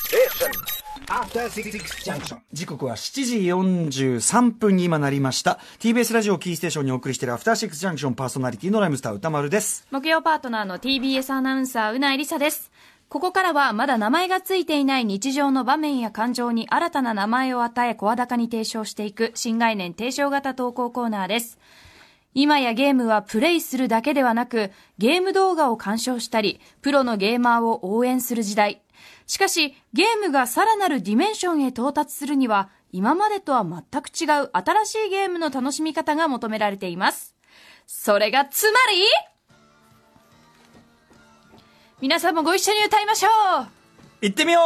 Station. After Six Junction. 時刻は7時43分に今なりました TBS ラジオキーステーションにお送りしているアフターシックスジャンクションパーソナリティのライムスター歌丸です木曜パートナーの TBS アナウンサーうないりさですここからはまだ名前がついていない日常の場面や感情に新たな名前を与え声高に提唱していく新概念提唱型投稿コーナーです今やゲームはプレイするだけではなくゲーム動画を鑑賞したりプロのゲーマーを応援する時代しかしゲームがさらなるディメンションへ到達するには今までとは全く違う新しいゲームの楽しみ方が求められていますそれがつまり皆さんもご一緒に歌いましょう行ってみよう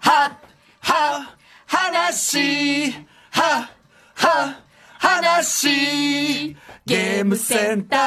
はは話はは話ゲームセンター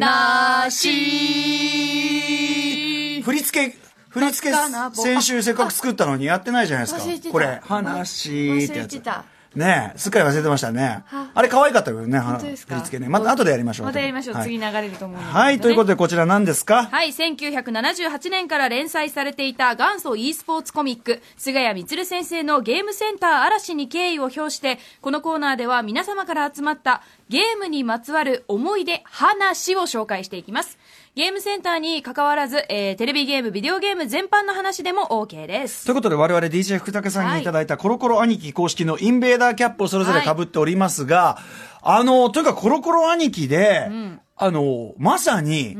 話振り付け振り付け先週せっかく作ったのにやってないじゃないですか忘れてたこれ話ってや忘れつてたねえすっかり忘れてましたねあれ可愛かったよねは当振りですか付けねまた後でやりましょうまたやりましょう、はい次流れると思うので、はい、ということででこちら何ですかはい、1978年から連載されていた元祖 e スポーツコミック、菅谷光先生のゲームセンター嵐に敬意を表して、このコーナーでは皆様から集まったゲームにまつわる思い出、話を紹介していきます。ゲームセンターに関わらず、えーテレビゲーム、ビデオゲーム全般の話でも OK です。ということで我々 DJ 福武さんはにいいただいたコロコロ兄貴公式のインベーダーキャップをそれぞれ被っておりますが、あの、というかコロコロ兄貴で、あの、まさに、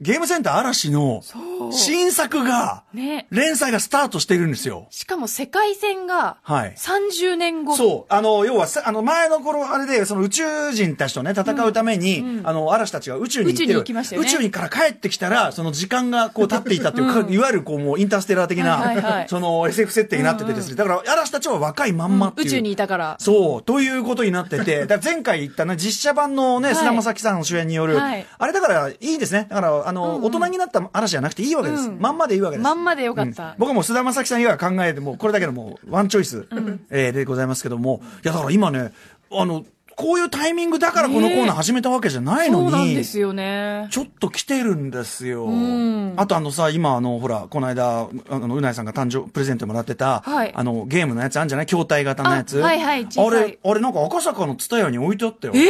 ゲームセンター嵐の新作が、ね連載がスタートしてるんですよ。しかも世界線が、はい30年後。そう。あの、要はさ、あの、前の頃、あれで、その宇宙人たちとね、戦うために、あの、嵐たちが宇宙に行ってる宇宙に行きましたよね宇宙にから帰ってきたら、その時間がこう経っていたっていうか、いわゆるこう、もうインターステラー的な、はいはいはいその SF 設定になっててですね、だから嵐たちは若いまんまっていう。宇宙にいたから。そう、ということになって て、だから前回言ったね、実写版のね、はい菅田将暉さん主演による、はいあれだからいいですね。だから、あの、大人になった嵐じゃなくていいわけです。うんまんまでいいわけです。まんまでよかったうん僕はもう菅田将暉さん以外は考えて、もうこれだけのもう、ワンチョイス、えーでございますけども、いや、だから今ね、あの、こういうタイミングだからこのコーナー始めたわけじゃないのそうに、なんですよね。ちょっと来てるんですよ。んあとあのさ、今あの、ほら、この間、あの、うないさんが誕生、プレゼントもらってた、はいあの、ゲームのやつあるんじゃない筐体型のやつ。あはいはい小あさいれ、あれなんか赤坂のツタヤに置いてあったよ。えー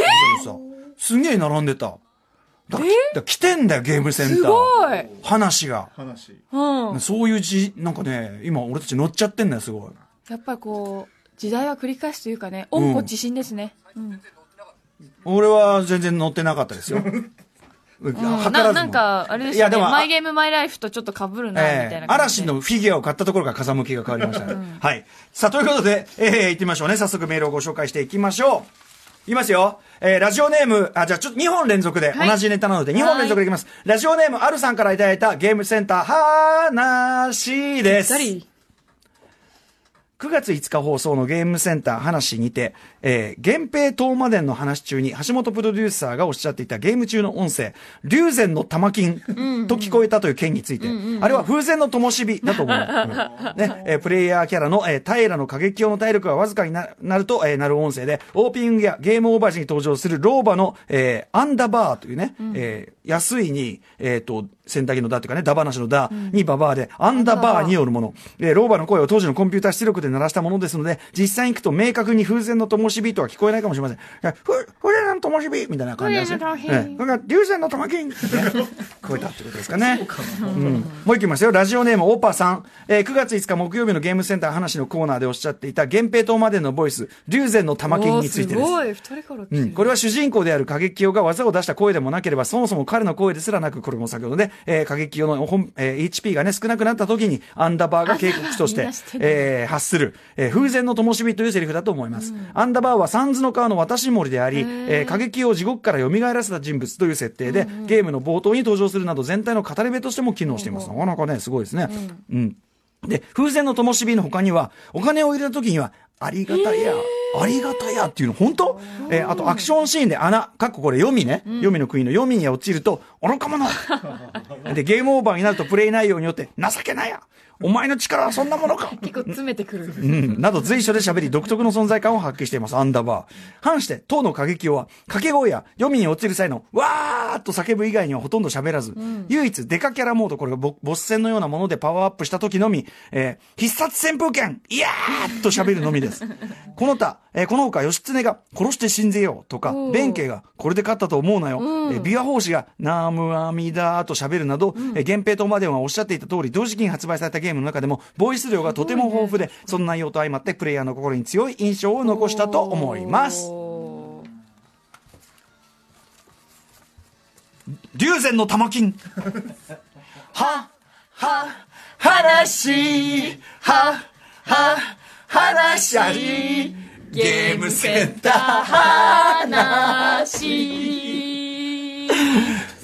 それさすげえ並んでた。だからえーだから来てんだよ、ゲームセンター。すごい話が。話うん。そういうじ、なんかね、今俺たち乗っちゃってんだよ、すごい。やっぱりこう、時代は繰り返すというかね、温故知新ですね。俺は全然乗ってなかったですよ。図 うん、もななんか、あれですいやよでね。もマイゲームマイライフとちょっと被るな、みたいえなえ感じ嵐で。のフィギュアを買ったところから風向きが変わりましたね。はい。さあ、ということで、えー、行ってみましょうね。早速メールをご紹介していきましょう。いきますよ。えー、ラジオネーム、あ、じゃあちょっと2本連続で、はい同じネタなので2本連続でいきます。ラジオネーム、あるさんからいただいたゲームセンター、はなしです。誰9月5日放送のゲームセンター話にて、えー、源平東馬伝の話中に橋本プロデューサーがおっしゃっていたゲーム中の音声、竜禅の玉金と聞こえたという件について、あれは風前の灯火だと 思う。うんね、えープレイヤーキャラの、えー、平の過激用の体力がわずかにななると、えーなる音声で、オーピングやゲームオーバー時に登場する老婆の、えーアンダバーというね、えー安いに、えっ、と、洗濯機のだというかね、ダバなしのダにババアで、アンダバーによるもの。えー老婆の声を当時のコンピューター出力で鳴らしたものですので、実際に行くと明確に風船の灯火とは聞こえないかもしれません。ふ、ふれの灯火みたいな感じなんですよ。風鈴の灯火ええそれが流星の玉金、ね、聞こえたってことですかね。うん、もう一きますよ。ラジオネーム、オーパーさん。えー9月5日木曜日のゲームセンター話のコーナーでおっしゃっていた、源平島までのボイス、流星の玉金についてです。おーすごい、二人から来てうるん、これは主人公である過激用が技を出した声でもなければ、そもそも彼の声ですらなく、これも先ほどね、えー、過激用の本、えー HP がね、少なくなった時に、アンダーバーが警告としアてンダーバーみんな知って、るえー発する、えー風前の灯火というセリフだと思います。アンダーバーは三途の川の渡し森であり、えー過激用を地獄から蘇らせた人物という設定で、ゲームの冒頭に登場するなど、全体の語り部としても機能しています。なかなかね、すごいですね。うんで、風船の灯火の他には、お金を入れた時には、ありがたや、ありがたやっていうの、本当えーあとアクションシーンで穴、かっここれ、読みね、読みの国の読みに落ちると、愚か者で、ゲームオーバーになるとプレイ内容によって、情けないやお前の力はそんなものか結構詰めてくる。うん、など随所で喋り独特の存在感を発揮しています、アンダーバー。反して、当の過激をは、掛け声や読みに落ちる際の、わーっと叫ぶ以外にはほとんど喋らず、唯一デカキャラモード、これがボボス戦のようなものでパワーアップした時のみ、えー必殺旋風剣いやーっと喋るのみです。この他、えーこの他、義経が殺して死んぜよとかおー、弁慶がこれで勝ったと思うなよ、えー琵琶法師がナムアミダーと喋るなど、えー源平とまではおっしゃっていた通り、同時期に発売されたゲームの中でも、ボイス量がとても豊富で、その内容と相まって、プレイヤーの心に強い印象を残したと思います。おー竜禅の玉金 は、は、話、は、は、話しあり、ゲームセンター。話。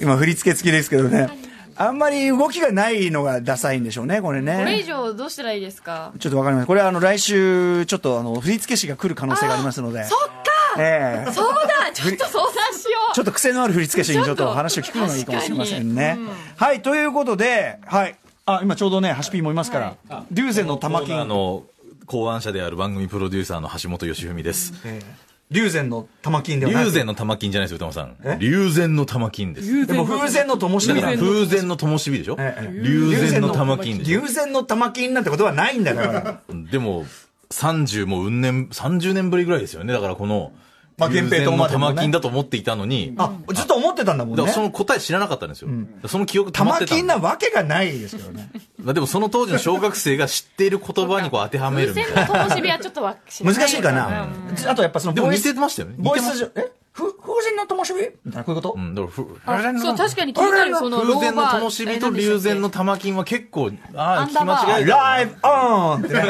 今振り付け付きですけどね。あんまり動きがないのがダサいんでしょうね、これね。これ以上どうしたらいいですかちょっとわかります。これはあの来週、ちょっとあの、振り付け師が来る可能性がありますので。そっかええそうだちょっと相談しようちょっと癖のある振り付け師にちょっちょとっと話を聞くのがいいかもしれませんね。はい、ということで、はい。あ、今ちょうどね、ハシピーもいますから、竜禅の玉コーナー金、の考案者である番組プロデューサーの橋本良文です。ええ竜禅の玉金ではな龍く、禅の玉金じゃないですよ、歌間さん。龍禅の玉金です。でも風禅の灯だ火からだ。風前の灯火でしょええ龍禅の玉金でし竜ょ禅の玉金なんてことはないんだから。でも、30もううん年、30年ぶりぐらいですよね。だからこの、まあ龍源平禅とのまでもね玉金だと思っていたのに、だかあ、ずっと思ってたんだもんらそね。の答え知らなかったんですよ。だからその記憶溜まっ玉てた金んだ。なわけがないですけどね。まあでもその当時の小学生が知っている言葉にこう当てはめる風 みたい船なの。灯火はちょっとわ知ら難いしいかな。あとやっぱそのでもボイ似スてましたよね。ボイ似てまスしたじゃ、えふ風神の灯火みたいな、こういうことうん、だからふうんそう確かに気になるその風ロ前ーのバー灯火と龍禅の玉金は結構、ああ、ア聞ンきダーバー間違えた。ライブオン ってね。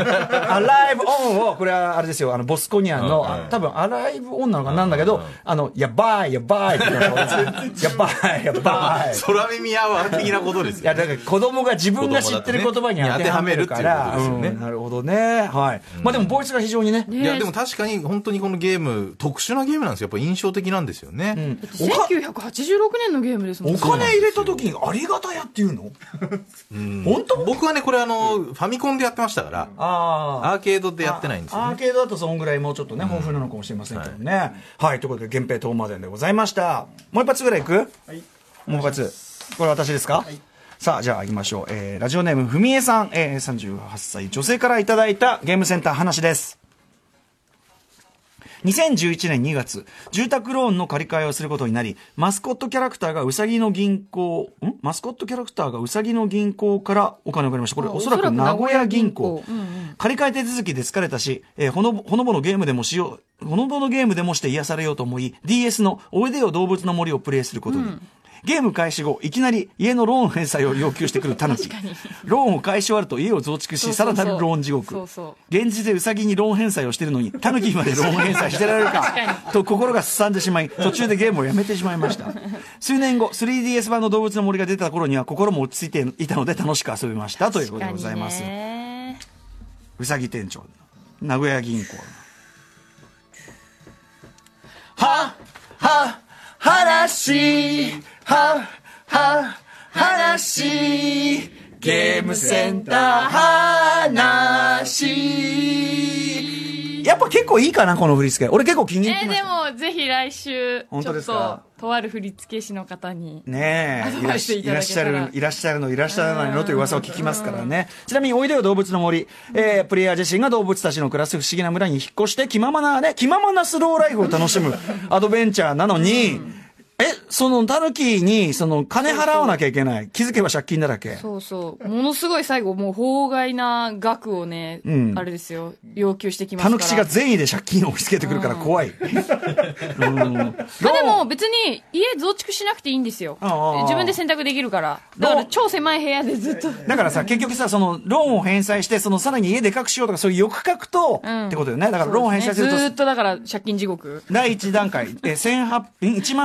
アライブオンを、これはあれですよ、あの、ボスコニアンの、うんあ多分アライブオンなのかなんだけうどん、あの、やばい、やばいって言うの やばい、やばい。空耳アワー的なことですいよや、だから子供が自分が知ってる言葉に当てはめるから、当てはめるっうんていうことですよねなるほどね。はい。まあでも、ボイスが非常にね、いや、でも確かに本当にこのゲーム、特殊なゲームなんですよ。やっぱ印象的なんですよね。 1986年のゲームですもんおね金入れた時にありがたやっていうの本当僕はね、これあの、ファミコンでやってましたから、ああ。アーケードでやってないんですよアーね。ケードだとそんぐらいもうちょっとね、豊富なのかもしれませんけどね。はい、ということで、源平東馬伝でございました。もう一発ぐらいいくはい。もう一発。これ私ですか、さあ、じゃあ行きましょう。えー、ラジオネーム、ふみえさん、えー、38歳、女性からいただいたゲームセンター話です。2011年2月、住宅ローンの借り換えをすることになり、マスコットキャラクターがウサギの銀行、んマスコットキャラクターがウサギの銀行からお金を借りました。これあおそらおそらくく名名古古屋屋銀銀行行。借り換え手続きで疲れたし、えーほのぼ、ほのぼのゲームでもしよう、ほのぼのゲームでもして癒されようと思い、DS のおいでよ動物の森をプレイすることに。ゲーム開始後、いきなり家のローン返済を要求してくるタヌキ。ローンを返し終わると家を増築そうし、そさうらそうなるローン地獄。そうそう現実でウサギにローン返済をしてるのに、タヌキまでローン返済してられるか、と心がすさんでしまい、途中でゲームをやめてしまいました。数年後、3DS 版の動物の森が出た頃には心も落ち着いていたので楽しく遊びました、ということでございます確か。にねうさぎ店長名古屋銀行はは話はは話ゲームセンター話やっぱ結構いいかなこの振り付け俺結構気に入っえてまーしでた、もぜひ来週ちょ本っ当ですとかとある振付師の方にねえ、いらっしアドバイスいたいらだっしけゃたらる、いらっしゃるの、いらっしゃらないのという噂を聞きますからね。ちなみに、おいでよ動物の森、えー、プレイヤー自身が動物たちの暮らす不思議な村に引っ越して、気ままなね、気ままなスローライフを楽し むアドベンチャーなのに、え、その、タヌキに、その、金払わなきゃいけない。気づけば借金だらけ。そうそうものすごい最後もう法外な額をね、んあれですよ要求してきますタからヌキ氏が善意で借金を押し付けてくるから怖い。うんまあでも別に家増築しなくていいんですよああああ自分で選択できるからだから超狭い部屋でずっとだからさ、結局さ、その、ローンを返済して、その、さらに家でかくしようとか、そういう欲書くと、んってことよね。だから、ローンを返済するとず、ーっとだから借金地獄第1段階、えー、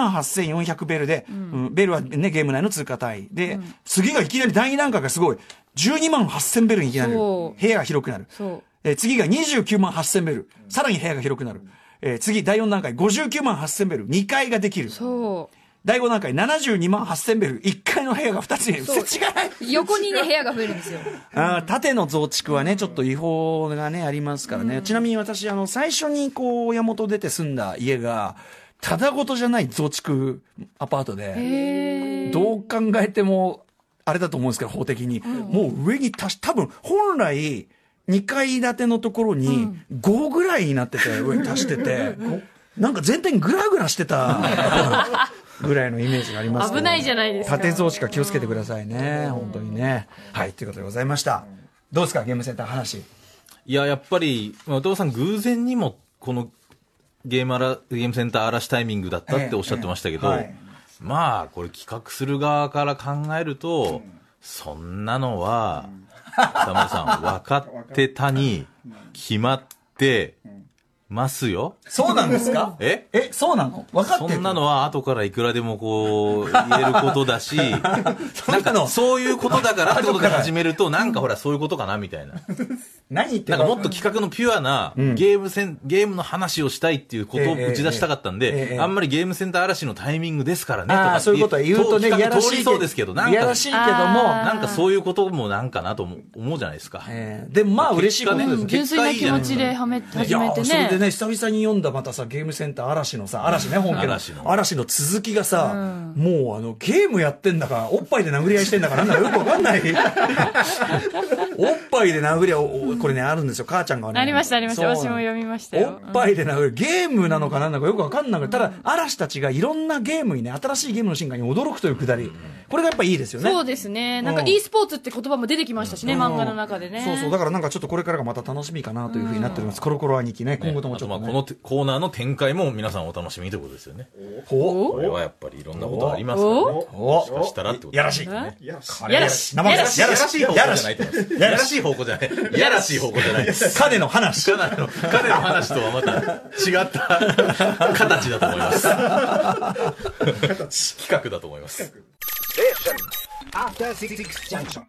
18,400ベルで、うんベルはね、ゲーム内の通過単位。で、次がいきなり第2段階がすごい。12万8000ベルにいきなりなる。部そう屋が広くなる。そうえー次が29万8000ベル。さらに部屋が広くなる。えー次、第4段階、59万8000ベル。2階ができる。そう第5段階72万8000ベル、1階の部屋が2つに、そう違う横にね、部屋が増えるんですよ。あー縦の増築はね、ちょっと違法がね、ありますからね。ちなみに私、あの、最初にこう、親元出て住んだ家が、ただごとじゃない増築アパートで、どう考えても、あれだと思うんですけど、法的に。もう上に足し、多分、本来、2階建てのところに、5ぐらいになってて、上に足してて、なんか全体グラグラしてた、ぐらいのイメージがありますけど危ないじゃないですか縦増しか気をつけてくださいね、本当にね。はい、ということでございました。どうですか、ゲームセンター話。いや、やっぱり、まあ、お父さん偶然にも、このゲームあら、ゲームセンター荒らしタイミングだったっておっしゃってましたけえど、えええはいまあ、これ企画する側から考えると、そんなのは、田 村さん、分かってたに、決まってますよ。そうなんですかええ、そうなの分かってそるんなのは後からいくらでもこう、言えること だし、なんのかそういうことだからってことで始めると、なんかほらそういうことかなみたいな。何言ってなんるかのもっと企画のピュアなゲームセン、ゲームの話をしたいっていうことを打ち出したかったんええええええで、あんまりゲームセンター嵐のタイミングですからねとあかあ、ってそういうことは言うとね、い企や画ら通しいりけ。そうですけど、なんいや、からしいけども、なんかそういうこともなんかなと思う思うじゃないですか。えーでもまあ嬉しいことですね結果ね。純粋な気持ちではめ、い始やめーてそれでね。ね、久々に読んだまたさ、ゲームセンター嵐のさ、嵐ね、本家の。嵐嵐のの続きがさ、もうあの、ゲームやってんだか、おっぱいで殴り合いしてんだか、なんだかよくわかん ない。おっぱいで殴り合いお、おこれね、あるんですよ、母ちゃんがね。ありました、ありました。そう私なもの読みましたおよ。っぱいで殴る、ゲームなのかなんだかよくわかんないただ、嵐たちがいろんなゲームにね、新しいゲームの進化に驚くというくだり。これがやっぱいいですよね。そうですね。なんかう e スポーツって言葉も出てきましたしね、漫画の中でね。そうそう、だからなんかちょっとこれからがまた楽しみかなというふうになっております。コロコロ兄貴ね、今後ともあちょとっまと、あね。このてコーナーの展開も皆さんお楽しみということですよね。ほうこれはやっぱりいろんなことありますからね。もおしかしたらってことやらしい。いやしやらし。生やらやらしい。い方向じやらしゃないと思います。やらしい方向じゃない。やらしい方向じゃないです。い。金の話。彼の彼の話とはまた違った形だと思います。企画だと思います。 After Six Junction.